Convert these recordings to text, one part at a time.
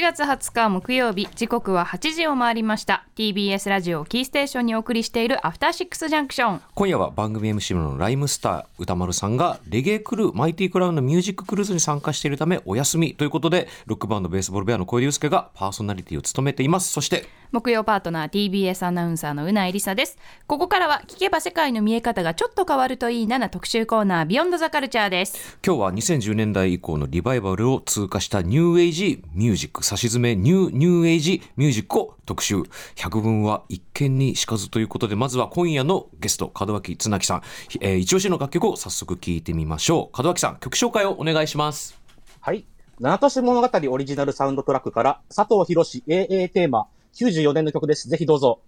月20日木曜日時刻は8時を回りました TBS ラジオをキーステーションにお送りしているアフターシックスジャンクション今夜は番組 MC のライムスター歌丸さんがレゲエクルーマイティクラウンのミュージッククルーズに参加しているためお休みということでロックバンドベースボールベアの小出祐介がパーソナリティを務めていますそして木曜パートナー TBS アナウンサーのうなえりさですここからは聞けば世界の見え方がちょっと変わるといいなな特集コーナービヨンドザカルチャーです今日は2010年代以降のリバイバルを通過したニューエイジミュージック差し詰めニューニューエイジミュージックを特集百聞は一見にしかずということでまずは今夜のゲスト門脇綱木さん、えー、一押しの楽曲を早速聴いてみましょう門脇さん曲紹介をお願いしますはい。七都市物語オリジナルサウンドトラックから、佐藤博士 AA テーマ、94年の曲です。ぜひどうぞ。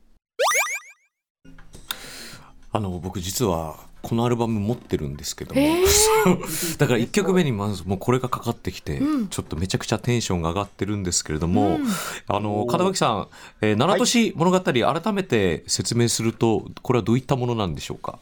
あの僕実はこのアルバム持ってるんですけども、そう だから1曲目にまずもうこれがかかってきて、ちょっとめちゃくちゃテンションが上がってるんですけれども、あの門脇さん、えー、七年物語、改めて説明するとこれはどういったものなんでしょうか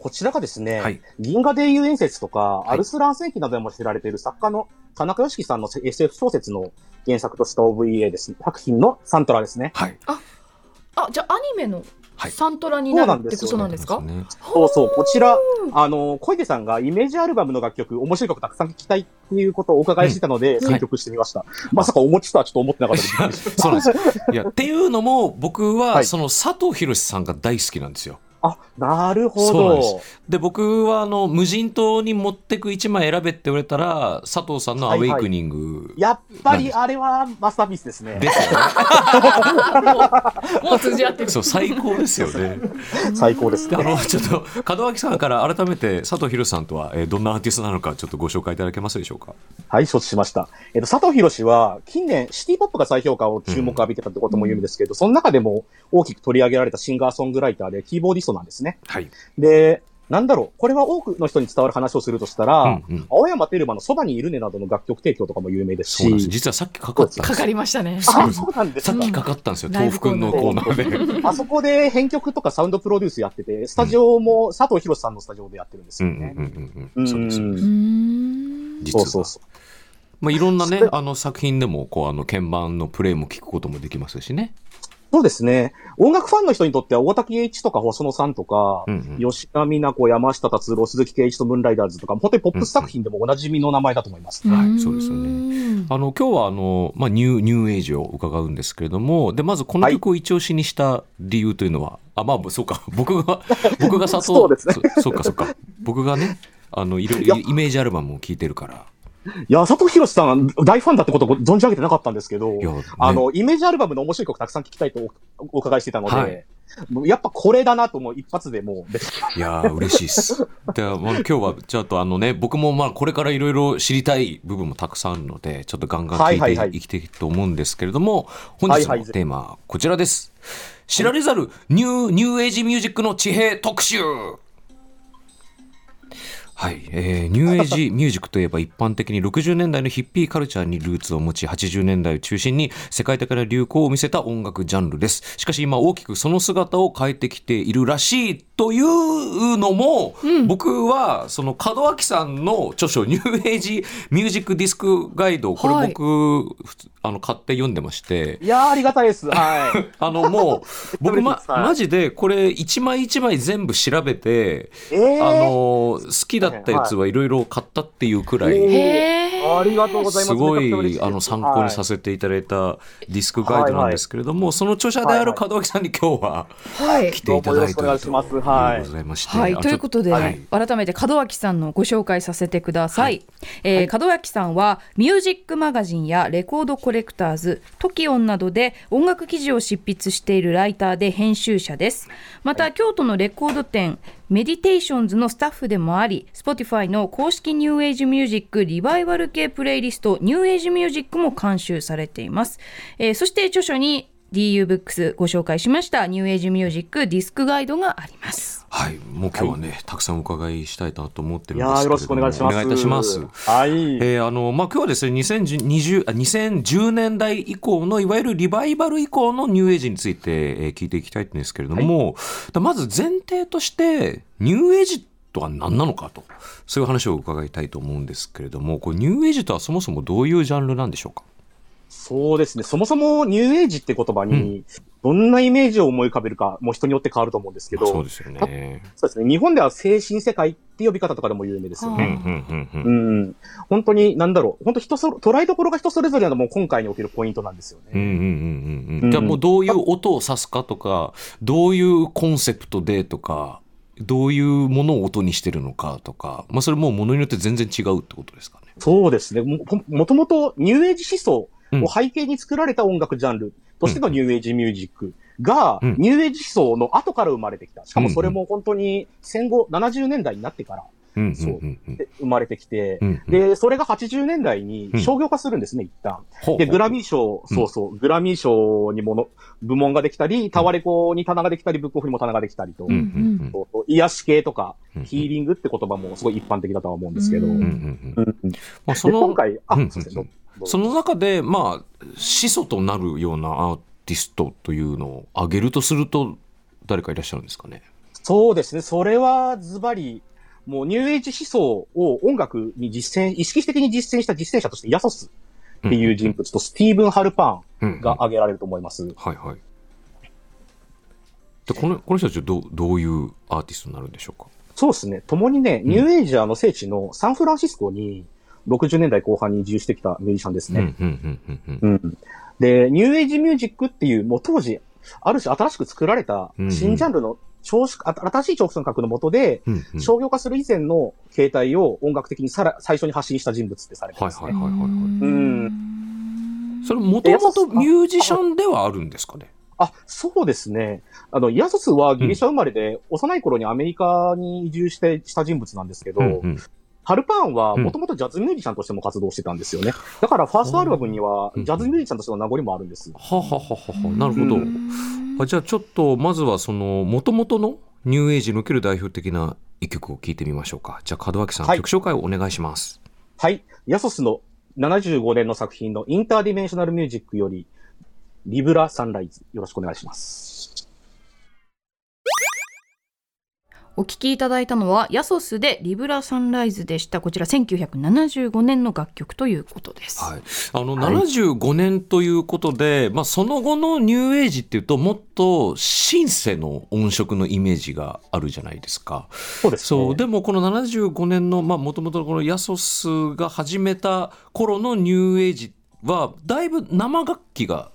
こちらがですね、はい銀河伝遊伝説とか、いアルスラン世紀などでも知られている作家の田中良樹さんの SF 小説の原作とした OVA です、ね。作品のサントラですね。はいあじゃあアニメのはいサントラにななるそうなるっんでてすこよとなんですかねそうそう、こちら、あの、小池さんがイメージアルバムの楽曲、面白い曲たくさん聴きたいっていうことをお伺いしてたので、ん選曲してみました。まさかお持ちとはちょっと思ってなかったです。 そうなんですいやっていうのも僕は、はいその佐藤博さんが大好きなんですよあ、なるほそうなんでど。すで僕はあの無人島に持ってく1枚選べって言われたら佐藤さんの「アウェイクニング」やっぱりあれはマスターピースですね。ですよねもう通じ合ってるそう最高ですよね。最高ですでねあ。のちょっと門脇さんから改めて佐藤博さんとは、えーどんなアーティストなのかちょっとご紹介いただけますでしょうか。はい、承知しました。えっと、佐藤博士は、近年、シティポップが再評価を注目を浴びてたってことも有名ですけど、その中でも大きく取り上げられたシンガーソングライターで、キーボーディストなんですね。はい。で、なんだろう、これは多くの人に伝わる話をするとしたら、うんうん。青山テルマのそばにいるねなどの楽曲提供とかも有名ですそうなんです。し、実はさっきかかったんでかすか。りましたね そうなんあ、ですそうなんですさっかきかかったんですよ。うん豆腐くんのコーナーで。あそこで編曲とかサウンドプロデュースやってて、スタジオも佐藤博士さんのスタジオでやってるんですうんようんね。うんうん。そうです。んうーん実そうは。そうそう。まあいろんなねそれあの作品でもこうあの鍵盤のプレイも聞くこともできますしね。そうですね。音楽ファンの人にとっては、大滝栄一とか細野さんとか、うんうん。吉田美奈子、山下達郎、鈴木圭一とムーンライダーズとか、本当にポップス作品でもおなじみの名前だと思います。はいうーんそうですよあの今日はあのまあニューニューエイジを伺うんですけれども、でまずこの曲を一押しにした理由というのは、あまあそうか 僕 が僕が佐藤そうですねそそうかそうか僕がねあのいろいろイメージアルバムを聴いてるからいや、佐藤博さん、大ファンだってことをご存じ上げてなかったんですけど、いや、ねあの、イメージアルバムの面白い曲たくさん聞きたいとおお伺いしてたので、はいもうやっぱこれだなともう一発でもう出てきた、いやー嬉しいです。で、まあ、今日はちょっとあのね僕もまあこれからいろいろ知りたい部分もたくさんあるのでちょっとガンガン聞いはていいはいはいきたいと思うんですけれども本日はいのはいテーマはこちらです。知られざるニューニューエイジミュージックの地平特集はい、えーニューエイジミュージックといえば一般的に60年代のヒッピーカルチャーにルーツを持ち80年代を中心に世界的な流行を見せた音楽ジャンルですしかし今大きくその姿を変えてきているらしいというのも、僕はその門脇さんの著書「ニューエイジミュージックディスクガイド」こはれい僕、ふつあの買って読んでましていやーありがたいです。はい。あのもう僕、まはいマジでこれ一枚一枚全部調べて えー、あの好きだったやつはいろいろ買ったっていうくらい、はいへえありがとうございますす。ごめちゃくちゃ嬉しいですあの参考にさせていただいたディスクガイドなんですけれども、その著者である門脇さんに今日ははい来ていただいてどうもよろしくお願いしますはいございまして、はい、あということで、ちょっはい改めて門脇さんのご紹介させてください、えー門脇さんはミュージックマガジンやレコードコレクターズ TOKION などで音楽記事を執筆しているライターで編集者ですまた、京都のレコード店メディテーションズのスタッフでもあり Spotify の公式ニューエイジミュージックリバイバル系プレイリストニューエイジミュージックも監修されています、えーそして著書に DU ブックスご紹介しましたニューエイジミュージックディスクガイドがありますはいもう今日はね、たくさんお伺いしたいなと思ってるいんですけれどやもーよろしくお願いします。お願いいたします。はい。えーあのまあ、今日はですね2020あ2010年代以降のいわゆるリバイバル以降のニューエイジについて、えー聞いていきたいんですけれども、だまず前提としてニューエイジとは何なのかとそういう話を伺いたいと思うんですけれどもこれニューエイジとはそもそもどういうジャンルなんでしょうかそうですね。そもそもニューエイジって言葉に、どんなイメージを思い浮かべるか、もう人によって変わると思うんですけど、そうですよね。そうですね。日本では精神世界って呼び方とかでも有名ですようんうね。んうんう。うんん。本当に、なんだろう。本当人そろ、捉えどころが人それぞれなのも今回におけるポイントなんですようんうんね。うんうんうん。じゃあもうどういう音を指すかとか、どういうコンセプトでとか、どういうものを音にしてるのかとか、まあそれもうものによって全然違うってことですかね。そうですね。も、もともとニューエイジ思想を背景に作られた音楽ジャンルとしてのニューエイジミュージックが、うんニューエイジ思想の後から生まれてきた。しかもそれも本当に戦後70年代になってからうんうんそううんうん。で生まれてきて、うんうんで、それが80年代に商業化するんですね、一旦。ほうで、グラミー賞、うんそうそう、グラミー賞にもの、部門ができたり、タワレコに棚ができたり、ブックオフにも棚ができたりと、うんうんうんそうそう癒し系とか、うんヒーリングって言葉もすごい一般的だとは思うんですけど、うんうんうんうん。うんまあで今回、あ、うんすいませんどうぞ、その中で、まあ、始祖となるようなアーティストというのを挙げるとすると、誰かいらっしゃるんですかね。そうですね、それはズバリ、もうニューエイジ思想を音楽に実践、意識的に実践した実践者として、ヤソスっていう人物とスティーブン・ハルパ物ンが挙げられると思います。はいはい。でこのこの人たちはどうどういうアーティストになるんでしょうか。そうですね。共にね、うんニューエイジャーの聖地のサンフランシスコに、60年代後半に移住してきたミュージシャンですうんね。うんうんうんうんうん。で、ニューエイジミュージックっていう、もう当時、ある種新しく作られたうんうん新ジャンルの調子、あ新しい調子感覚の下で、うんうん商業化する以前の形態を音楽的にさら最初に発信した人物ってされてはまいす、はいはいはいはううんんい。それもともとミュージシャンではあるんですかね。あ、そうですね。あの、ヤソスはギリシャ生まれで、幼い頃にアメリカに移住してした人物なんですけど、うんうんハルパーンはうんもともとジャズミュージシャンとしても活動してたんですよね。だからファーストアルバムにはうんジャズミュージシャンとしての名残もあるんです。はははははなるほど。うんあじゃあちょっとまずはそのもともとのニューエイジにおける代表的な一曲を聞いてみましょうか。じゃあ門脇さん、はい曲紹介をお願いします。はい。ヤソスの75年の作品のインターディメンショナルミュージックより、リブラサンライズ、よろしくお願いします。お聞きいただいたのはヤソスでリブラサンライズでしたこちら1975年の楽曲ということです、はい、あのはい75年ということで、まあ、その後のニューエイジっていうともっとシンセの音色のイメージがあるじゃないですか。そうです、ね。そうでもこの75年のもともとこのヤソスが始めた頃のニューエイジはだいぶ生楽器が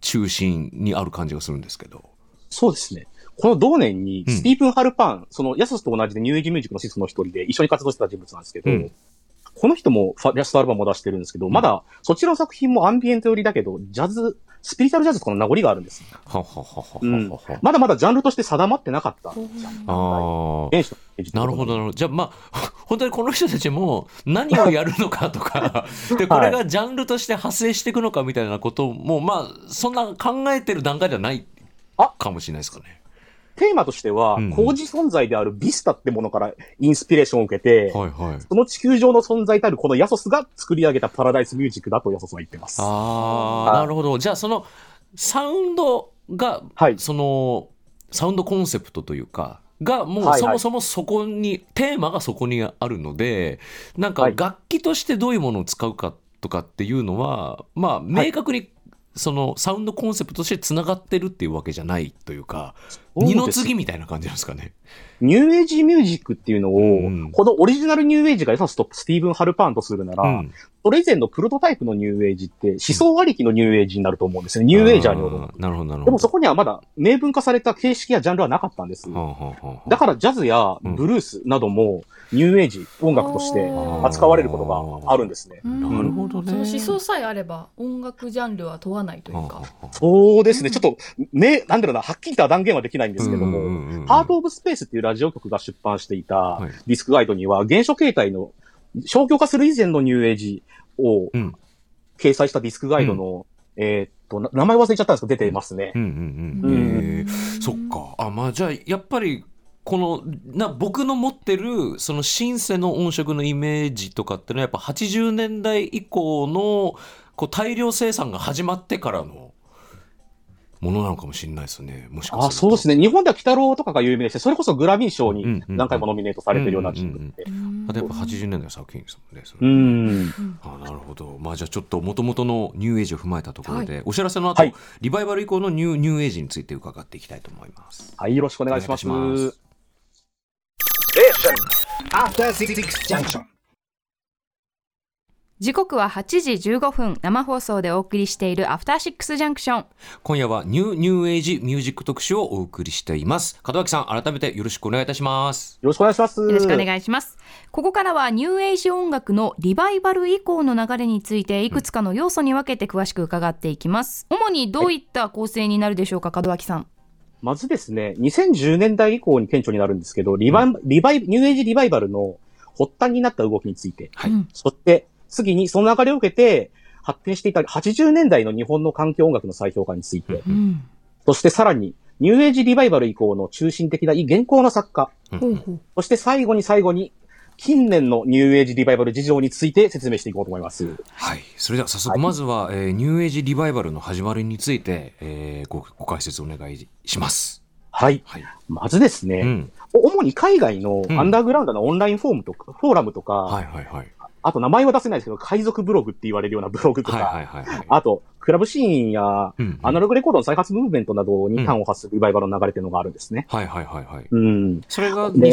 中心にある感じがするんですけど。そうですね。この同年に、うんスティーブン・ハルパン、そのヤソスと同じでニューエイジミュージックのシスの一人で一緒に活動してた人物なんですけど、うんこの人もファラストアルバムを出してるんですけど、まだそちらの作品もアンビエント寄りだけど、ジャズ、スピリチュアルジャズとかの名残があるんです。はははははうんははまだまだジャンルとして定まってなかった。あー原始のエイジってこなとるほどなるほど じゃあまあ本当にこの人たちも何をやるのかとかでこれがジャンルとして派生していくのかみたいなこともまあそんな考えてる段階じゃないあかもしれないですかね。テーマとしてはうん、工事存在であるビスタってものからインスピレーションを受けて、はいはい、その地球上の存在たるこのヤソスが作り上げたパラダイスミュージックだとヤソスは言ってます。あーなるほどじゃあそのサウンドがはい。そのサウンドコンセプトというかがもうはいそはもいそもそこに、テーマがそこにあるのでなんかはい楽器としてどういうものを使うかとかっていうのはまあ明確にそのサウンドコンセプトとしてつながってるっていうわけじゃないというか二の次みたいな感じなんですかね。ニューエイジミュージックっていうのを、うんこのオリジナルニューエイジがヤソスとスティーブン・ハルパーンとするなら、うんそれ以前のプロトタイプのニューエイジって思想ありきのニューエイジになると思うんですね。ニューエイジャーによるあ。ーなるほどなるほど。でもそこにはまだ明文化された形式やジャンルはなかったんです。はあはあはあだからジャズやブルースなどもニューエイジ、音楽として扱われることがあるんですね。うんなるほどね。その思想さえあれば音楽ジャンルは問わないというかは。あはあそうですね。ちょっと、ね、なんだろうな、はっきりとは断言はできないんですけどうんうも、んうんうんハート・オブ・スペースっていうラジオ局が出版していたはいディスクガイドには、原初形態の消去化する以前のニューエイジをうん掲載したディスクガイドの、えーっと、な名前忘れちゃったんですけど、出てますねう。んうんう。うんんへえそっか。あ、まあじゃあ、やっぱり、このな僕の持ってるそのシンセの音色のイメージとかってのはやっぱ80年代以降のこう大量生産が始まってからのものなのかもしれないですね。もしかすると。あそうですね。日本では北郎とかが有名でして、それこそグラミー賞うんうんにうん何回もノミネートされてるような人物で。あとやっぱ80年代の作品ですもんね。それうん。あなるほど、まあ、じゃあちょっともともとのニューエイジを踏まえたところで、お知らせの後、はいリバイバル以降のニューニューエイジについて伺っていきたいと思います。はい、よろしくお願いします。お願いしま After Six Junction. 時刻は8時15分生放送でお送りしているアフターシックスジャンクション今夜はニューニューエイジミュージック特集をお送りしています。門脇さん、改めてよろしくお願いいたします。よろしくお願いします。よろしくおい願いします。ここからはニューエイジ音楽のリバイバル以降の流れについていくつかの要素に分けて詳しく伺っていきます。主にどういった構成になるでしょうか、門脇さん。まずですね、2010年代以降に顕著になるんですけど、リバイ、リバイ、ニューエイジリバイバルの発端になった動きについて、はいうんそして次にその流れを受けて発展していた80年代の日本の環境音楽の再評価について、うんそしてさらに、ニューエイジリバイバル以降の中心的な現行の作家、うほうんほうそして最後に最後に、近年のニューエイジリバイバル事情について説明していこうと思います。はい、それでは早速まずは、えーニューエイジリバイバルの始まりについて、えーごご解説お願いします。はい。はい、まずですうね、ん、主に海外のアンダーグラウンドのオンラインフォームとか、フォーラムとか、はいはいはいあと名前は出せないですけど、海賊ブログって言われるようなブログとか、はいはいはいはい。あと、クラブシーンや、うんアナログレコードの再発ムーブメントなどに端を発するリバイバルの流れっていうのがあるんですね。はいはいはいはい。うん。それがで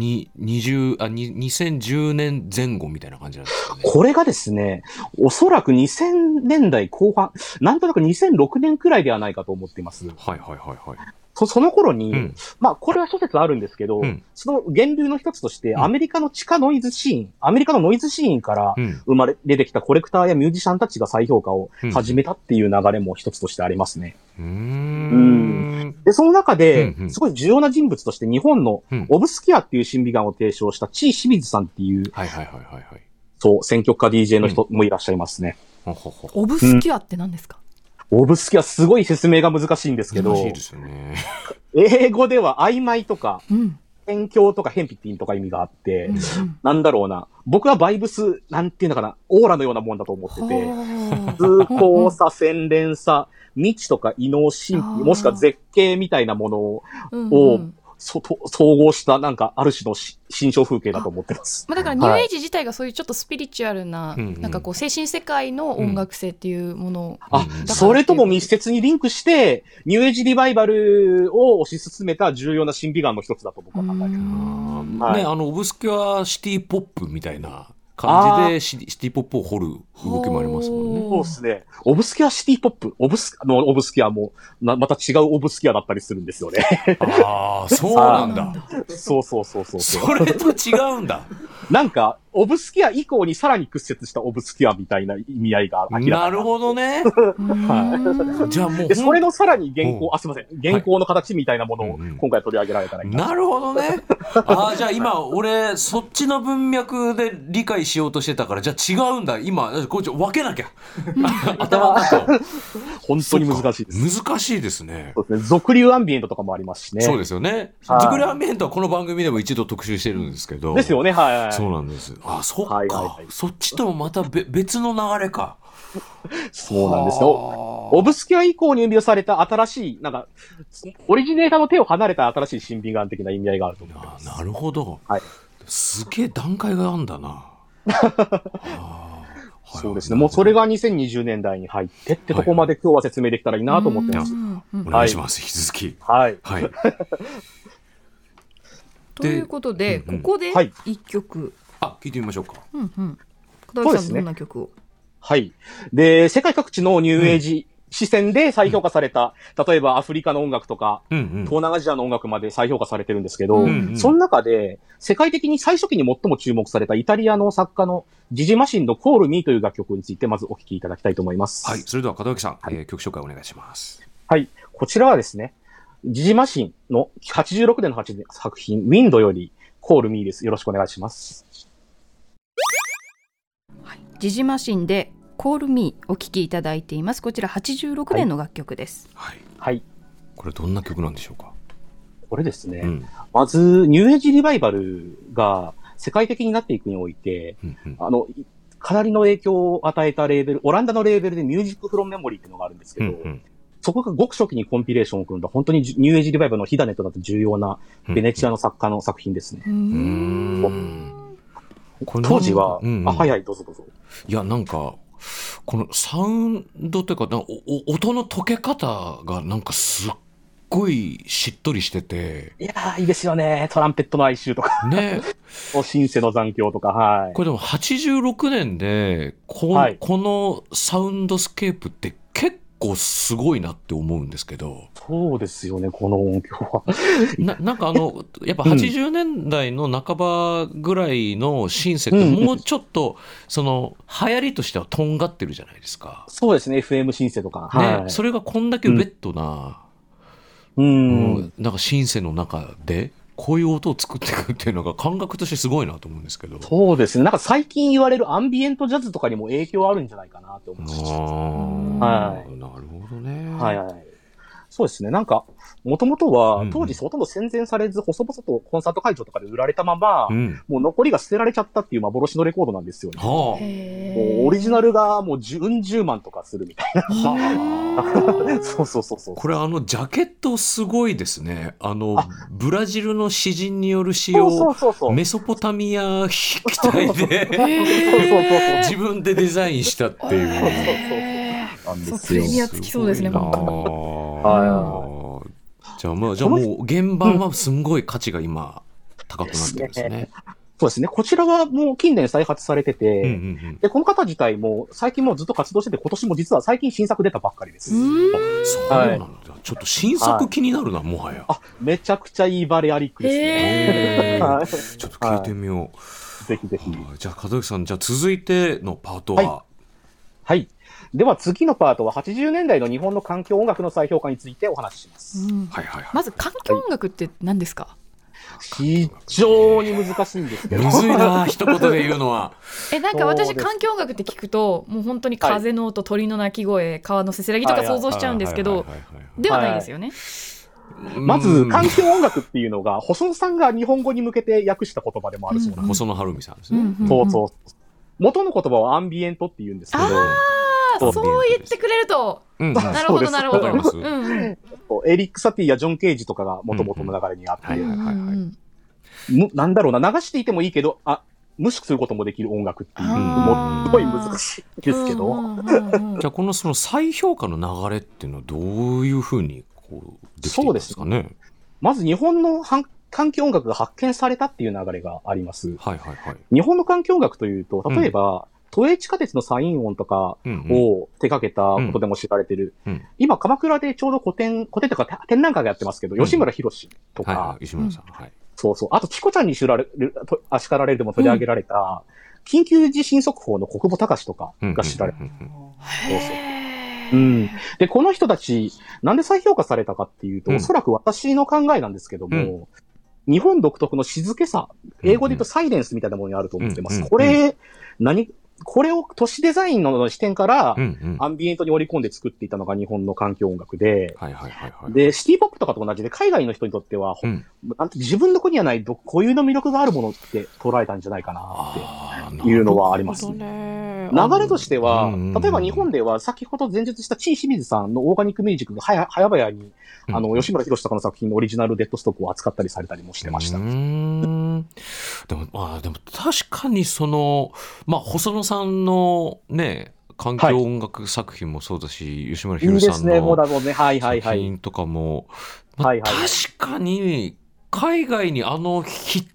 2020あに2010年前後みたいな感じなんですかね。これがですね、おそらく2000年代後半、なんとなく2006年くらいではないかと思っています。はいはいはいはい。そその頃に、うんまあ、これは諸説あるんですけど、うんその源流の一つとして、うんアメリカの地下ノイズシーン、アメリカのノイズシーンからうん。生まれ、出てきたコレクターやミュージシャンたちが再評価を始めたっていう流れも一つとしてありますね。うーん。で、その中でうんう、んすごい重要な人物として日本のうんオブスキアっていう審美眼を提唱した地井清水さんっていう、はいはいはいはいはい。そう、選曲家 DJ の人もいらっしゃいますね。ほほほ。オブスキュアって何ですか、オブスキアすごい説明が難しいんですけ難どしい、ですよね。英語では曖昧とか、うん偏境とか偏僻って意味とか意味があって、うんうんなんだろうな。僕はバイブス、なんていうのかな、オーラのようなもんだと思ってて、はあ通行さ、洗練 さ、未知とか異能神秘、あーもしくは絶景みたいなものを、うんおうんそと総合した、なんか、ある種のし新象風景だと思ってます。まあ、だからニューエイジ自体がそういうちょっとスピリチュアルな、うんうんなんかこう精神世界の音楽性っていうものを、あうん、それとも密接にリンクして、ニューエイジリバイバルを推し進めた重要な神秘眼の一つだと僕は考えてます。あーはいね、あの、オブスキュアシティポップみたいな感じでシシティポップを掘る動きもありますもんね。そうですね。オブスキアシティポップ、オブスあのオブスキアもな、また違うオブスキアだったりするんですよ ね。ああ、そうなんだ。 そうそうそうそうそう。それと違うんだ。なんか、オブスキア以降にさらに屈折したオブスキアみたいな意味合いが明らかなるほどね。はいじゃあもうで、そほんれのさらに原うん稿、あ、すいません。原稿の形みたいなものをうんうん今回取り上げられたらいいな。なるほど ね。ああ、じゃあ今、俺、そっちの文脈で理解しようとしてたから、じゃあ違うんだ。今、こっちょ分けなきゃ。頭の中を。本当に難しいです。難しいですね。そうですね。俗流アンビエントとかもありますしね。そうですよね。はいジブリアンビエントはこの番組でも一度特集してるんですけど。ですよね、はいはいはい。そうなんです。あ、そっか。はいはいはいそっちともまたべ別の流れか。そうなんですよ。よオブスキュア以降に生み出された新しい、なんか、オリジネーターの手を離れた新しい新美眼的な意味合いがあると思ってあます。なるほど、はいすげえ段階があんだ なあーそうですね。もうそれが2020年代に入ってってとこまで今日は説明できたらいいなと思ってます。うんうんお願いします、引き続きはい。 はいということで、うんうんここではい一曲、あ聞いてみましょうかうんうん、門脇そうさですんねどんな曲を、はい。で、世界各地のニューエイジ視線で再評価された、例えばアフリカの音楽とか、うん東南アジアの音楽まで再評価されてるんですけど、うんううんうんその中で、世界的に最初期に最も注目されたイタリアの作家のジジマシンのコールミーという楽曲についてまずお聴きいただきたいと思います。はい。それでは門脇さん、えー曲紹介お願いしますはい。こちらはですね、ジジマシンの86年の作品、ウィンドよりコールミーです。よろしくお願いします。ジジマシンで Call Me お聞きいただいています。こちら86年の楽曲です。はいはい。これどんな曲なんでしょうか、これですね、うんまず、ニューエイジリバイバルが世界的になっていくにおいて、うんうんあの、いかなりの影響を与えたレーベル、オランダのレーベルでミュージックフロンメモリーっていうのがあるんですけうど、んうんそこが極初期にコンピレーションを組んだ、本当にニューエイジリバイバルの火種となって重要なベネチアの作家の作品ですね。う。うんんこれなんか当時は、うんうんあ、早い、どうぞどうぞ。いや、なんか、このサウンドというか、なんかおお音の溶け方がなんかすっごいしっとりしてて、いやー、いいですよね。トランペットの哀愁とか、 ね、シンセの残響とか、はい。これでも86年でこ、はいこのサウンドスケープって結構すごいなって思うんですけど、そうですよね、この音響は。ななんかあの、やっぱうん80年代の半ばぐらいのシンセってうんうんもうちょっと、その、流行りとしてはとんがってるじゃないですか。そうですね、FM シンセとか。ね、はい。それがこんだけウェットな、うう。んんなんかシンセの中でこういう音を作っていくっていうのが感覚としてすごいなと思うんですけど。そうですね。なんか最近言われるアンビエントジャズとかにも影響あるんじゃないかなって思あいまーす。はいなるほどね。はいはい。そうですね。なんか、もともとはうんうん、当時ほとんど宣伝されず、細々とコンサート会場とかで売られたまま、うん。もう残りが捨てられちゃったっていう幻のレコードなんですよね。はあ。もへうオリジナルがもう10、十万とかするみたいな。 そうそうそうそう。これあのジャケットすごいですね。あのブラジルの詩人による詩そうそうをそうそう。メソポタミア筆記体でそうそうそうそう。 自分でデザインしたって いう。なんでそうすプレよ。ミアつきそうですねごいなあはじゃあまあじゃあもう現場はすんごい価値が今高くなってるんですでね。そうですね。こちらはもう近年再発されてて、うんうんで、この方自体も最近もうずっと活動してて、今年も実は最近新作出たばっかりです。うん。そうなんだ。ちょっと新作気になるな、もはや。あ、めちゃくちゃいいバレアリックですね。へーはい ちょっと聞いてみよぜひぜう。ひ。はいじゃあ、門脇さん、じゃあ続いてのパートは、はい。では次のパートは80年代の日本の環境音楽の再評価についてお話しします。うんはいはいはまず環境音楽って何ですか非常に難しいんですけい。ど。むずいな、一言で言うのは。えなんかそ私うです環境音楽って聞くともう本当に風の音、鳥の鳴き声川のせせらぎとか想像しちゃうんですけはど、いはいはいはいではないですよね、はい、 まうず、ん環境音楽っていうのが、細野さんが日本語に向けて訳した言葉でもあるそうなんです。細野晴臣さんですね。うんうんそうそう。元の言葉はアンビエントって言うんですけど、あーそう言ってくれるとうんうんなるそほうでどすなるほどわかりますうんうんエリック・サティやジョン・ケージとかが元々の流れにあって、はいはいはいはいうんむなんだろうな、流していてもいいけど、あ、無視することもできる音楽っていう、あーもうすごい難しいですけうど、んうんうんうんじゃあ、このその再評価の流れっていうのは、どういうふうに、こう、できていくんですかね。まず日本の反環境音楽が発見されたっていう流れがあります。はいはいはい。日本の環境音楽というと、例えば、都営地下鉄のサイン音とかうんうんを手掛けたことでも知られてる、うんうん今、鎌倉でちょうど古典、古典とか展覧会がやってますけど、うん吉村博とか、はいはい、石村さん。はい。そうそう。あと、チコちゃんに知られる、とあ叱られるでも取り上げられた、緊急地震速報の国母隆とかうんが知られる。うんうんうんそうそううん。で、この人たち、なんで再評価されたかっていうと、うんおそらく私の考えなんですけども、日本独特の静けさ、英語で言うとサイレンスみたいなものにあると思ってまうんす。うんこれ、何、これを都市デザインの視点からう、んうんアンビエントに織り込んで作っていたのが日本の環境音楽で、はいはいはいはい。で、シティポップとかと同じで、海外の人にとっては、ほうんなんて自分の国にはないど固有の魅力があるものって捉えたんじゃないかなっあーていうのはありますね。流れとしてはうん、例えば日本では先ほど前述したチー清水さんのオーガニックミュージックが早早々に、あの、吉村博とかの作品のオリジナルデッドストックを扱ったりされたりもしてましたう。ーんでも、まあ、でも確かにその、まあ、細野さんのね、環境音楽作品もそうだし、吉村いいひでさすんね、もうのだろうね。はいはいは作い。品とかも、まあはいはいはい確かに、海外にあの筆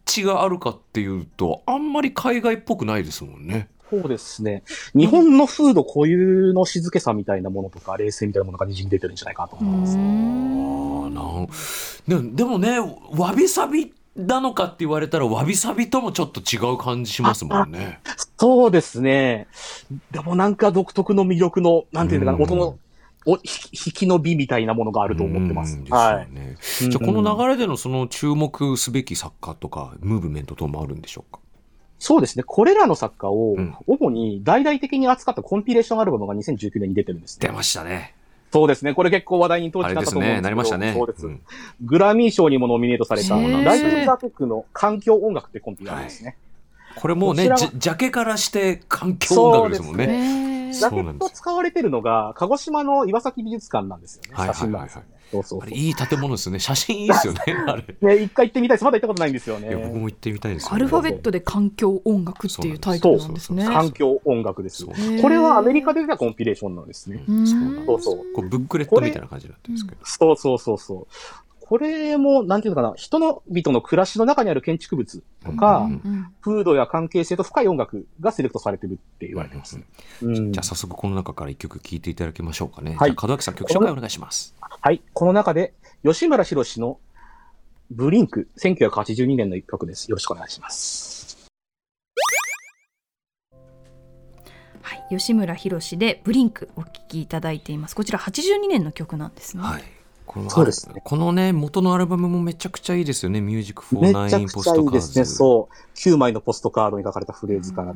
致があるかっていうと、あんまり海外っぽくないですもんね。そうですね。日本の風土固有の静けさみたいなものとか、冷静みたいなものが滲んで出てるんじゃないかなと思います。あなんでもでもねわびさびなのかって言われたらわびさびともちょっと違う感じしますもんね。そうですね。でもなんか独特の魅力の、なんていうのかな、うん音の、お、引き引きの美みたいなものがああると思ってます。ははいね、じい。ゃあこのれ、流れでのその注目すべき作家とかムーブメント等もあるんでしょうか。そうですね。これらの作家をうん、主に大々的に扱ったコンピレーションアルバムが2019年に出てるんです、ね。ましたね。そうですね。これ結構話題に当あ時れなでったすと思うんねですけど。なりましたね。そうです。うんグラミー賞にもノミネートされた、そうなんですライト・ザ・テックの環境音楽ってコンピレーションですね。これもうねこちらはジャジャケからして環境音楽ですもんね。そうですへージジャケット使われてるのが、鹿児島の岩崎美術館なんですよね。はい写はい真はいはいなんですよね。そうそうあそうれ。いい建物ですよね。写真いいですよね。あれ。いね、一回行ってみたいです。まだ行ったことないんですよや僕ね。も行ってみたいですよね。アルファベットで環境音楽っていうタイトルなんですね。そうそうそう環境音楽ですよそう。へーこれはアメリカで出たコンピレーションなんですね。うんそうなんんだそうそう。こうブックレットみたいな感じになってるんですけど。そうそうそうそう。これも、なんていうのかな、人の々の暮らしの中にある建築物とか、うんうん風土や関係性と深い音楽がセレクトされてるって言われてますね。うんじゃあ早速この中から一曲聴いていただきましょうかね。はいじゃあ門脇さん曲紹介お願いします。はい。この中で、吉村博士のブリンク、1982年の一曲です。よろしくお願いします。はい、吉村宏でブリンクお聞きいただいています。こちら82年の曲なんですね。はい。このそうですねこのね、元のアルバムもめちゃくちゃいいですよね。ミュージックフォめーちナゃインくポちスゃいトいカーですね。ズ。そう。9枚のポストカードに書かれたフレーズから。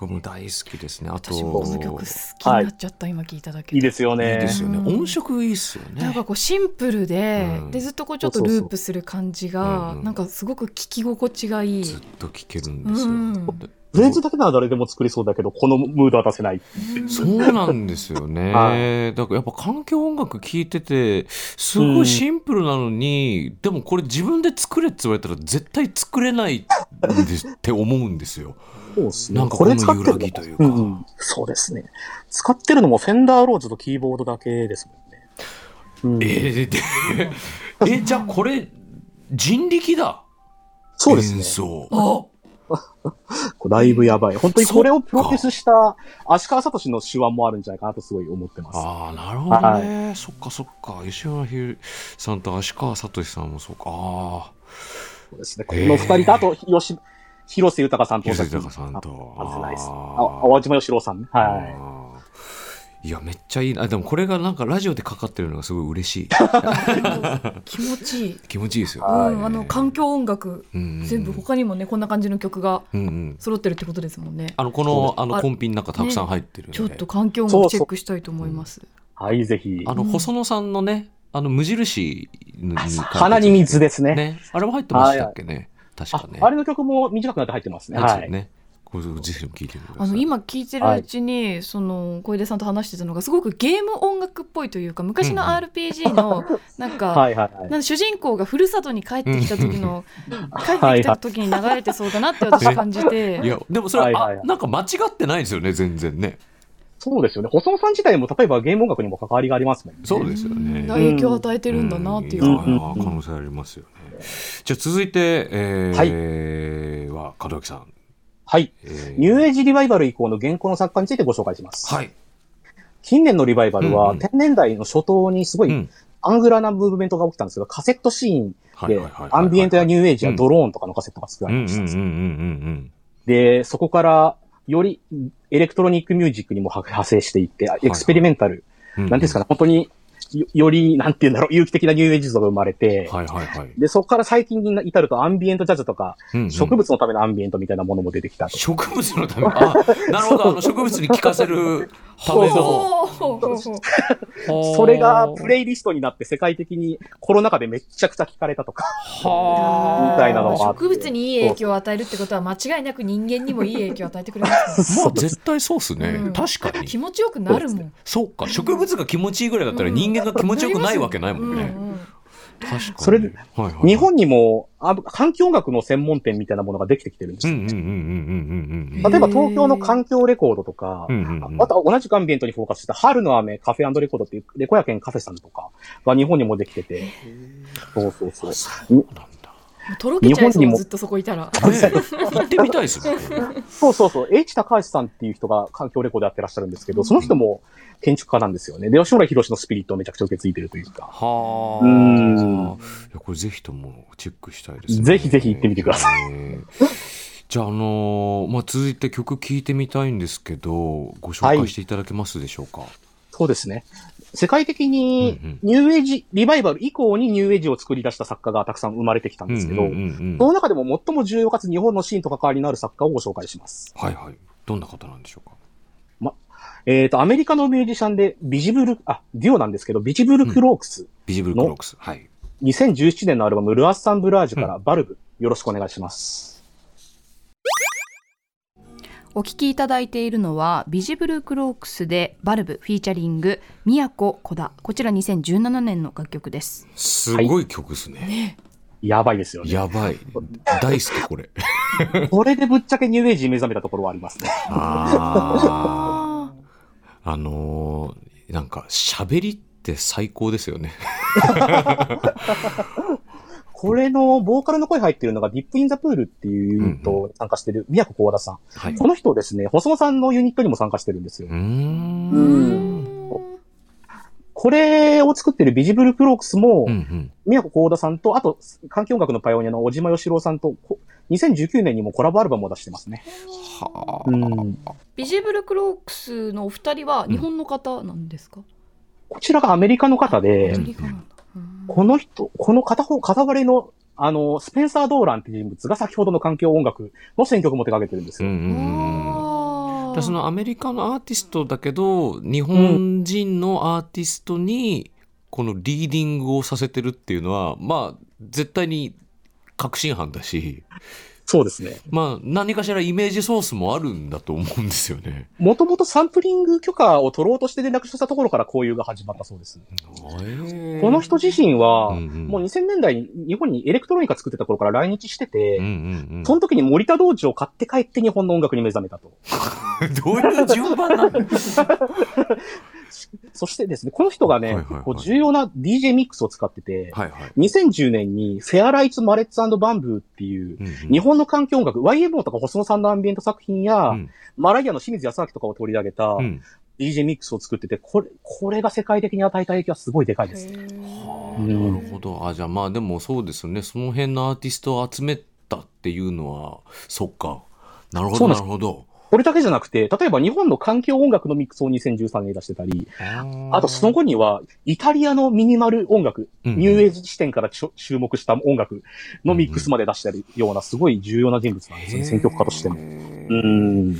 僕も大好きですね。あと、私もこの曲好いきになっちゃった、今聞いただけいいですよね。いですよね。うん音色いいですよね。なんかこうシンプルで,、うんでずっとこうちょっとループする感じがそうそうなんかすごく聞き心地がいいずっと聴けるんですよ。うんフレーズだけなら誰でも作りそうだけど、このムードは出せない。そうなんですよね。 はだからやっぱ環境音楽聴いてて、すごいシンプルなのに、でもこれ自分で作れって言われたら絶対作れないんですって思うんですよ。そうですなんかこの揺らぎというか。うんうん、そうですね。使ってるのもフェンダーローズとキーボードだけですもんね。うん、えー でえ、じゃあこれ人力だ。そうです演ね。奏。こうだいぶやばい。本当にこれそをっかプロデュースした足利聡の手腕もあるんじゃないかなとすごい思ってます。ああ、なるほどね。そっかそっか。吉村ひるさんと芦川聡さんもそうか。ああ。そうですね。この二人と、あと、吉、広瀬豊さんと、吉高さんと。あ危ないです。ああー。淡島義郎さんね。はいいや、めっちゃいいな。でもこれがなんかラジオでかかってるのがすごい嬉しい。気持 ちいい、気持ちいいですよ。はいうん、あの環境音楽うんうん全部他にもねこんな感じの曲がうんうん。揃ってるってことですもんねあの、この、ああの、コンビの中たくさん入ってるんで。ちょっと環境音楽チェックしたいと思いますい。はい、ぜひ。あの、細野さんのね、あの、無印に書いてた花に水ですね。ね。あれも入ってましたっけね。確あかね。あれの曲も短くなって入ってますね。ですはよい。ね。これ、ぜひ聞いてみてくだあさのい。今聞いてるうちに、その小出さんと話してたのがすごくゲーム音楽っぽいというか昔のうんうん RPG のなん か、はいはいはい。なんか主人公がふるさとに帰ってきた時の帰ってきた時に流れてそうだなって私感じていや、でもそれは、はいはいはいあ、なんか間違ってないですよね、全然ね。そうですよね。細野さん自体も、例えばゲーム音楽にも関わりがありますもんね。そうですよね。だ影響を与えてるんだなっていう、んんやー可能性ありますよね。じゃあ続いて、えー、は門脇さん。はい。えーニューエイジリバイバル以降の現行の作家についてご紹介します。はい。近年のリバイバルうんうは、ん天然代の初頭にすごういんアングラなムーブメントが起きたんですが、カセットシーンはいではいはいはい、アンビエントやニューエイジうやんドローンとかのカセットが作らうんうれんまうしんうんうんうん。た。で、そこから、よりエレクトロニックミュージックにも派生していって、エクスペリメンタル、うなんていうんですかね。ね、本当によ、より、なんていうんだろう、有機的なニューエイジ像が生まれて、はいはいはい。で、そこから最近に至るとアンビエントジャズとか、うんうん植物のためのアンビエントみたいなものも出てきたと。植物のため。あ、なるほど。あの植物に効かせるための。おーそれがプイ。レイリストになって世界的にコロナ禍でめちゃくちゃ聞かれたとか。はあ。みたいなのがあって植物にいい影響を与えるってことは間違いなく人間にもいい影響を与えてくれますまあ絶対 そうっすねう。ん確かね気に。持ちよくなるもん、そうか。植物が気持ちいいぐらいだったらうん人間が気持ちよくないわけないもんうね。んうん確かに。それではいはいはい日本にもあ環境音楽の専門店みたいなものができてきてるんですうんよ。うんうんうんうんうんうん。例えば東京の環境レコードとか、うんうんうんあとは同じくアンビエントにフォーカスした春の雨カフェレコードっていうレコヤケンカフェさんとかが日本にもできてて。そうそうそう。になんだ。とろけちゃい日そ本にうもずっとそこいたら行ってみたいですね。そうそうそう。H 高橋さんっていう人が環境レコードやってらっしゃるんですけど、その人も建築家なんですよね。で、吉村博のスピリットをめちゃくちゃ受け継いでるというか。 はあ。ういんやこれぜひともチェックしたいですね。ぜひぜひ行ってみてください。じゃあ、あのーまあ、続いて曲聴いてみたいんですけど、ご紹介していただけますでしょうか。そうですね。世界的にうんうんニューエイジ、リバイバル以降にニューエイジを作り出した作家がたくさん生まれてきたんですけど、うんうんうんうんその中でも最も重要かつ日本のシーンと関わりのある作家をご紹介します。はいはい。どんな方なんでしょうか。えっ、と、アメリカのミュージシャンでビジブル、あ、デュオなんですけど、ビジブル・クロークス、ビジブルクロックス。はい。 2017年のアルバム、ルアッサンブラージュからバルブ、よろしくお願いします。お聞きいただいているのはビジブルクロークスでバルブフィーチャリング宮古小田こちら2017年の楽曲ですすごい曲ですね。やばいですよね。やばい。大好き、 これ。これでぶっちゃけニューエイジに目覚めたところはありま すね。ああーーあのー、なんか、喋りって最高ですよね。これのボーカルの声入ってるのがディップインザプールっていうユニットを参加してる宮古幸田さん。はい。この人ですね、細野さんのユニットにも参加してるんですよう。ーん。ううんんこれを作ってるビジブルクロークスも、うん。宮古幸田さんと、あと、環境音楽のパイオニアの小島よしろうさんと、こ2019年にもコラボアルバムを出してますね。はあ。うん。ビジブルクロークスのお二人は日本の方なんですか、こちらがアメリカの方でアメ、リカなんだうんこの人、この片方、片割れの、あの、スペンサー・ドーランっていう人物が先ほどの環境音楽の選曲も手掛けてるんですうんうよ。んうんうん。あだからそーのアメリカのアーティストだけど日本人のアーティストにこのリーディングをさせてるっていうのはまあ絶対に確信犯だし、そうですね。まあ、何かしらイメージソースもあるんだと思うんですよね。もともとサンプリング許可を取ろうとして連絡したところから交友が始まったそうです。ここの人自身は、うんうんもう2000年代に日本にエレクトロニカ作ってた頃から来日してて、うんうんうん、その時に森田道場を買って帰って日本の音楽に目覚めたと。 どういう順番なのそしてですね、この人がね、はいはいはい結構重要な DJ ミックスを使ってて、はいはい。 2010年にフェアライツ・マレッツバンブーっていう、うんうん日本の環境音楽、YMO とか細野さんのアンビエント作品や、うんマライアの清水康明とかを取り上げたうん DJ ミックスを作ってて、これ、これが世界的に与えた影響はすごいでかいです。はあうんなるほど。あ、じゃあまあでもそうですね。その辺のアーティストを集めたっていうのは、そっか。なるほそど、うななんるですほど。これだけじゃなくて、例えば日本の環境音楽のミックスを2013年に出してたり、あとその後には、イタリアのミニマル音楽、うんうんニューエイジ視点からちょ注目した音楽のミックスまで出したりような、すごい重要な人物なんですよね、選曲家としても。うん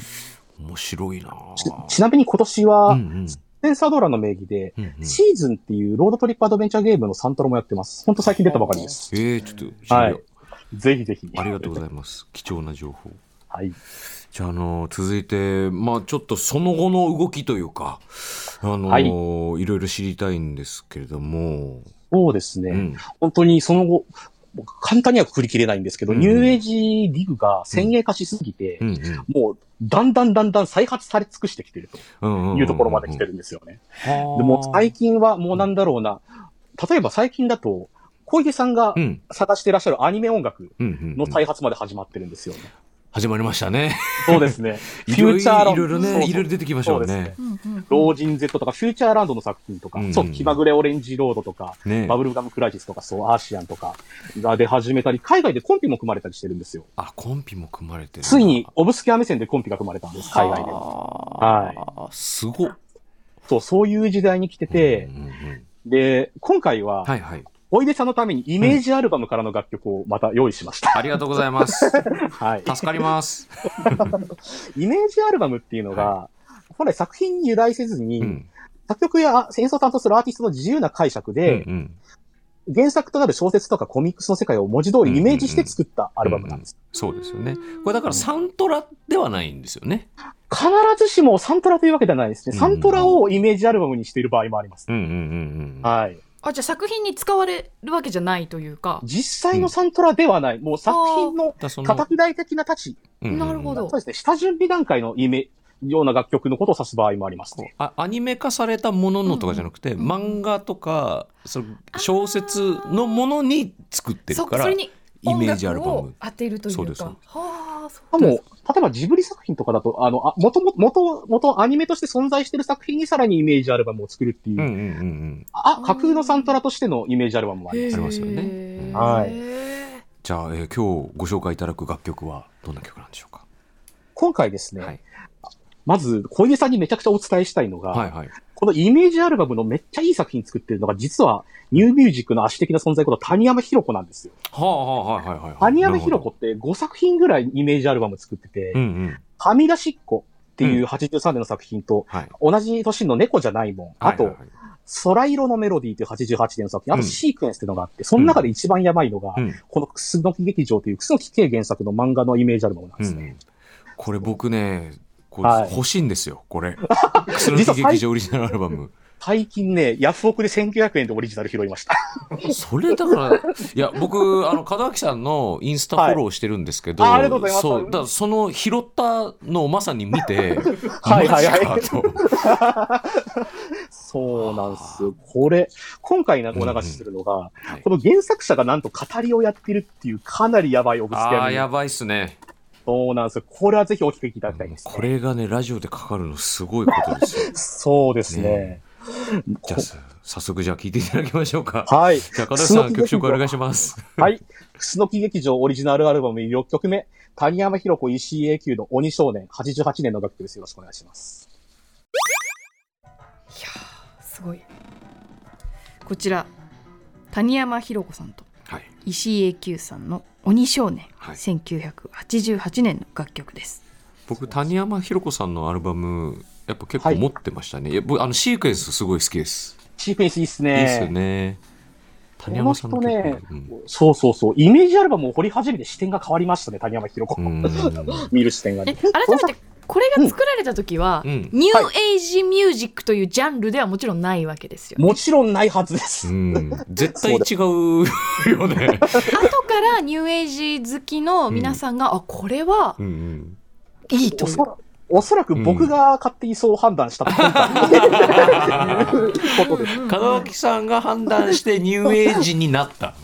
面白いなあちちなみに今年は、うんうんスペンサードーランの名義で、うんうんシーズンっていうロードトリップアドベンチャーゲームのサントラもやってます。ほんと最近出たばかりです。えー、ちょっと、はいぜひぜひ。ありがとうごいざいます。貴重な情報。ます。はい。じゃあ、あの続いて、まあ、ちょっとその後の動きというか、あの、はいろいろ知りたいんですけれども、そうですね。うん本当にその後、簡単にはくくりきれないんですけど、うんニューエイジリグが先鋭化しすぎて、うんうんもう、だんだんだんだん再発され尽くしてきてるうんうんうんとうんいうところまで来てるんですよね。はあでも最近はもうなんだろうな、例えば最近だと、小池さんがうん探してらっしゃるアニメ音楽うんうんうんの再発まで始まってるんですよね。始まりましたね。そうですね。フいろュいろーチャーランド。いろいろそうそうね、いろいろ出てきましょうね。うんうん老人 Z とか、フューチャーランドの作品とか、うんうんそう、気まぐれオレンジロードとか、ねバブルガムクライシスとか、そう、アーシアンとかが出始めたり、海外でコンピも組まれたりしてるんですよ。あ、コンピも組まれてる。ついに、オブスキュア目線でコンピが組まれたんです、海外で。はあ。すごっ。そう、そういう時代に来ててう、んうんうんで、今回は、はいはい。おいでさんのためにイメージアルバムからの楽曲をまた用意しました。ありがとうござい ます。はい。助かります。イメージアルバムっていうのが、本来作品に由来せずに、うん作曲や演奏を担当するアーティストの自由な解釈うで、ん原作となる小説とかコミックスの世界を文字通りイメージして作ったアルバムなんです。そうですよね。これだからサントラではないんですよね。必ずしもサントラというわけではないですね。うんサントラをイメージアルバムにしている場合もあります。うんうんうんうん。はい。あじゃあ作品に使われるわけじゃないというか、実際のサントラではない、もう作品のだその片台的な立ち、うんうんなるほそうどですね、下準備段階のイメような楽曲のことを指す場合もありますこね。うあアニメ化されたもののとかじゃなくて、んうん漫画とかその小説のものに作ってるそからそれにイメー音ジアル楽バムを当てるといそうでうすそうかで。はあ、そしかも、例えばジブリ作品とかだと、あの、あ元々、元々アニメとして存在している作品にさらにイメージアルバムを作るっていう、うんうんうんうんあ、架空のサントラとしてのイメージアルバムもあります。うありますよねねはいじゃあ、えー今日ご紹介いただく楽曲はどんな曲なんでしょうか。今回ですね、はいまず、小出さんにめちゃくちゃお伝えしたいのが、はいはい。このイメージアルバムのめっちゃいい作品作ってるのが、実は、ニューミュージックの足的な存在こと、谷山ひろ子なんですよ。はあはあはいはいはい。谷山ひろ子なるって5作品ぐらいイメージアルバム作ってて、ほど。うんうん。はみ出しっこっていう83年の作品と、はい。同じ年の猫じゃないもん。あと、はいはいはい空色のメロディーという88年の作品、あとうんシークエンスっていうのがあって、その中で一番やばいのが、うんこの楠木劇場という楠木慶原作の漫画のイメージアルバムなんうですんうね。んこれ僕ね、こはうい欲しいんですよ、これ。楠木実は最劇場オリジナルアルバム。最近ね、安オクで1900円でオリジナル拾い ました。それだから、いや、僕、あの、門脇さんのインスタフォローしてるんですけど、はいあありがとうございますそう、だからその拾ったのをまさに見て、 はいはいはいマジかと。そうなんですよ。これ、今回なお流しするのが、はいこの原作者がなんと語りをやってるっていうかなりやばいオブスキあャあ、リやー。ばいっすね。そうなんですよ。これはぜひお聞きいただきたいです、ね。これがね、ラジオでかかるのすごいことですよ。そうですね。じゃあ、早速じゃあ聞いていただきましょうか。はい。じゃあ、門脇さん、楠木劇場曲紹介お願いします。はい。楠木劇場オリジナルアルバム6曲目、谷山博子石井永久の鬼少年88年の楽曲です。よろしくお願いします。すごいこちら谷山ひろ子さんとはい。石井永久さんの「鬼少年」はい1988年の楽曲です僕谷山ひろ子さんのアルバムやっぱ結構持ってましたね、いや僕あのシークエンスすごい好きです、シーフェイスいいっすね。いいっすよねこ谷の山さ人んのね曲、うんそうそうそう、イメージアルバムを掘り始めて視点が変わりましたね、谷山博子。うん見る視点がえね。改このめてこれが作られた時は、うんニューエイジミュージックというジャンルではもちろんないわけですよ、もちろんないはずです。うん絶対違うよね後からニューエイジ好きの皆さんが、あこれはうんうんいいとおいうそらおそらく僕が勝手にそう判断したと今 回ことでうんうん門脇さんが判断してニューエイジになった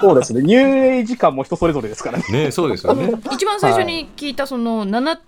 そうですね。入営時間も人それぞれですからね。 ねそうですよね一番最初に聞いたその七年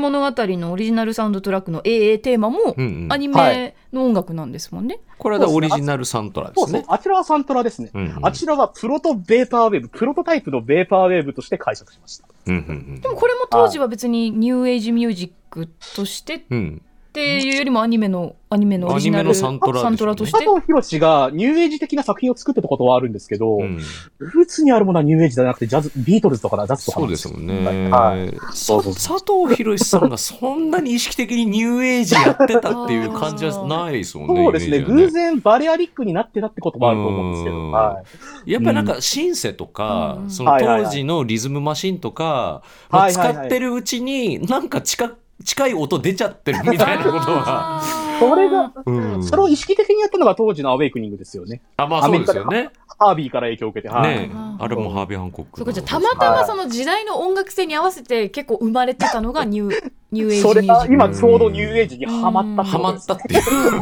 物語のオリジナルサウンドトラックの AA テーマもうんうんアニメの音楽なんですもんね。これはオリジナルサントラでそうすそうね。あちらはサントラですね。うんうんあちらはプロトベーパーウェーブ、プロトタイプのベーパーウェーブとして解釈しました。うんうんでもこれも当時は別にニューエイジミュージックとしてっうんていうよりもアニメのアニメのオリジナアニメのルサントラですよねとし佐て藤博士がニューエイジ的な作品を作ってたことはあるんですけど、うんうんルーツにあるものはニューエイジじゃなくて、ジャズ、ビートルズとかジャズとかそなうんですよもんね。はい。さそうそう佐藤博さんがそんなに意識的にニューエイジやってたっていう感じはないですもんね。そうですね。イメージは偶然バレアリックになってたってこともあると思うんですけうど。んはい。やっぱりなんかシンセとか、うんそのはいはいはい当時のリズムマシンとか、まあはいはいはい使ってるうちになんか近近い音出ちゃってるみたいなことは。それが、うんそれを意識的にやったのが当時のアウェイクニングですよね。あ、まあそうですよね。ハービーから影響を受けて、はい。ねあれもハービー・ハンコックその。こじゃたまたまその時代の音楽性に合わせて結構生まれてたのがニューニューエイジミュそーれジッがク。今ちょうどニューエイジにハマったってハこマとでっす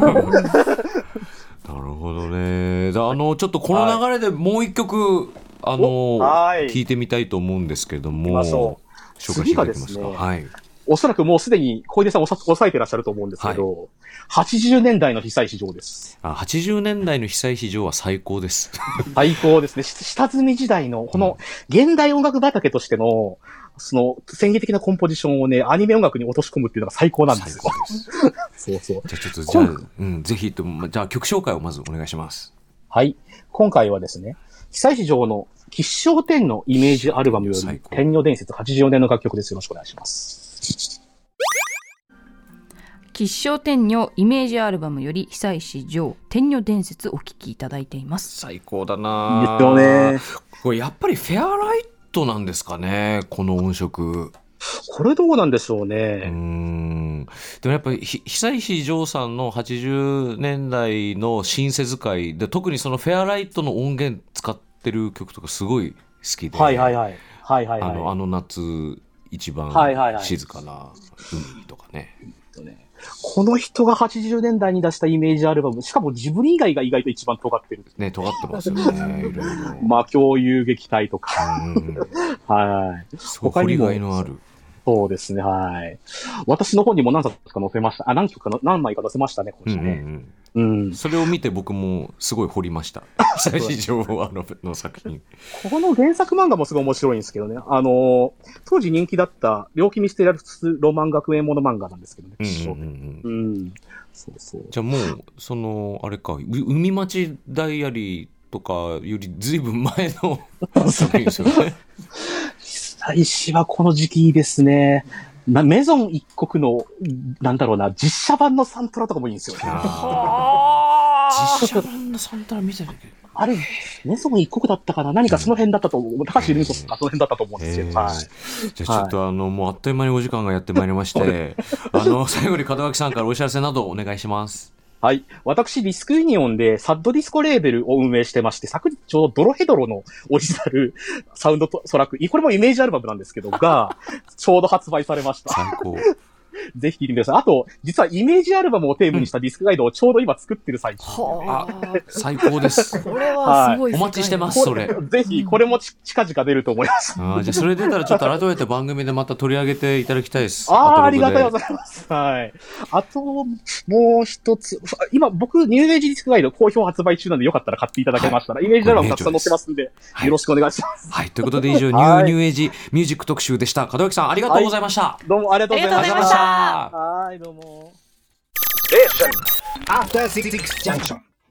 たっていう。 なるほどね。であの、ちょっとこの流れでもう一曲、あの、はい聞いてみたいと思うんですけど行きましもょ、紹介していただけますか。次がですねはい。おそらくもうすでに小出さんをさ抑えてらっしゃると思うんですけど、80年代の被災市場です。あ80年代の被災市場は最高です。 最高ですね。し下積み時代の、この現代音楽畑としての、その、先鋭的なコンポジションをね、アニメ音楽に落とし込むっていうのが最高なんですよ最。高です。そうそう。じゃあちょっと、じゃあ今、うん、ぜひとも、まじゃあ曲紹介をまずお願いします。はい。今回はですね、被災市場の吉祥天のイメージアルバムよ最り、高天女伝説84年の楽曲です。よろしくお願いします。吉祥天女イメージアルバムより被災市場天女伝説お聞きいただいています。最高だいいなですよね。。これやっぱりフェアライトなんですかね、この音色。これどうなんでしょううねー。ん。でもやっぱり、ひ久石譲さんの80年代のシンセ使いで、特にそのフェアライトの音源使ってる曲とかすごい好きで。はいはいはい。はいはいあの、あはの夏、一番はいはいはい静かな海とかね。い。この人が80年代に出したイメージアルバム、しかもジブリ以外が意外と一番尖ってる。ね、尖ってますよ ね、いろいろ。魔教遊撃隊とか。うんはい。すごい他掘りにもがいのある。そうですね、はい。私の方にも何冊か載せました。あ、何曲かの、何枚か載せましたね、こうんれうんうね。んうん。それを見て僕もすごい掘りま した。久石譲のの作品。この原作漫画もすごい面白いんですけどね。あのー当時人気だった、猟奇ミステリアルロマン学園もの漫画なんですけどね。うん吉祥うんうんう天んうん。そうそう。じゃあもう、その、あれか、う海町ダイアリーとかよりずいぶん前 の作品ですよ ね。被災地はこの時期いいですね。なメゾン一国の、なんだろうな、実写版のサントラとかもいいんですよね。あー実写版のサンタラ見てるけど。あれ、メソン一国だったかな何かその辺だったと思う。高橋留美子とかその辺だったと思うんですえよ。ーはい。じゃあちょっとあの、もうあっという間にお時間がやってまいりま して、あの、最後に門脇さんからお知らせなどお願いします。はい。私、ディスクユニオンで、サッドディスコレーベルを運営してまして、昨日ちょうどドロヘドロのオリジナルサウンドトラック、これもイメージアルバムなんですけど、が、 ちょうど発売されました。 最高。ぜひ聴いてください。あと、実はイメージアルバムをテーマにしたディスクガイドをちょうど今作ってる最中。はあ。最高です。これはすごい世界だお待ちしてまこす、それ。 ぜひ、これもち近々出ると思います。あーじゃあそれ出たらちょっと改めて番組でまた取り上げていただきたいです。ああー、アあトりロがグでとうございます。 はい。あと、もう一つ。今、僕、ニューエイジディスクガイド好評発売中なんで、よかったら買っていただけましたら、イメージアルバムたくさん載ってますんで、はいよろしくお願いします。はい、ということで以上、ニューはいニューエイジミュージック特集でした。門脇さん、ありがとうございました。どうもありがとうございまし。ありがとうございましたたはい、どうも。 After Six Junction.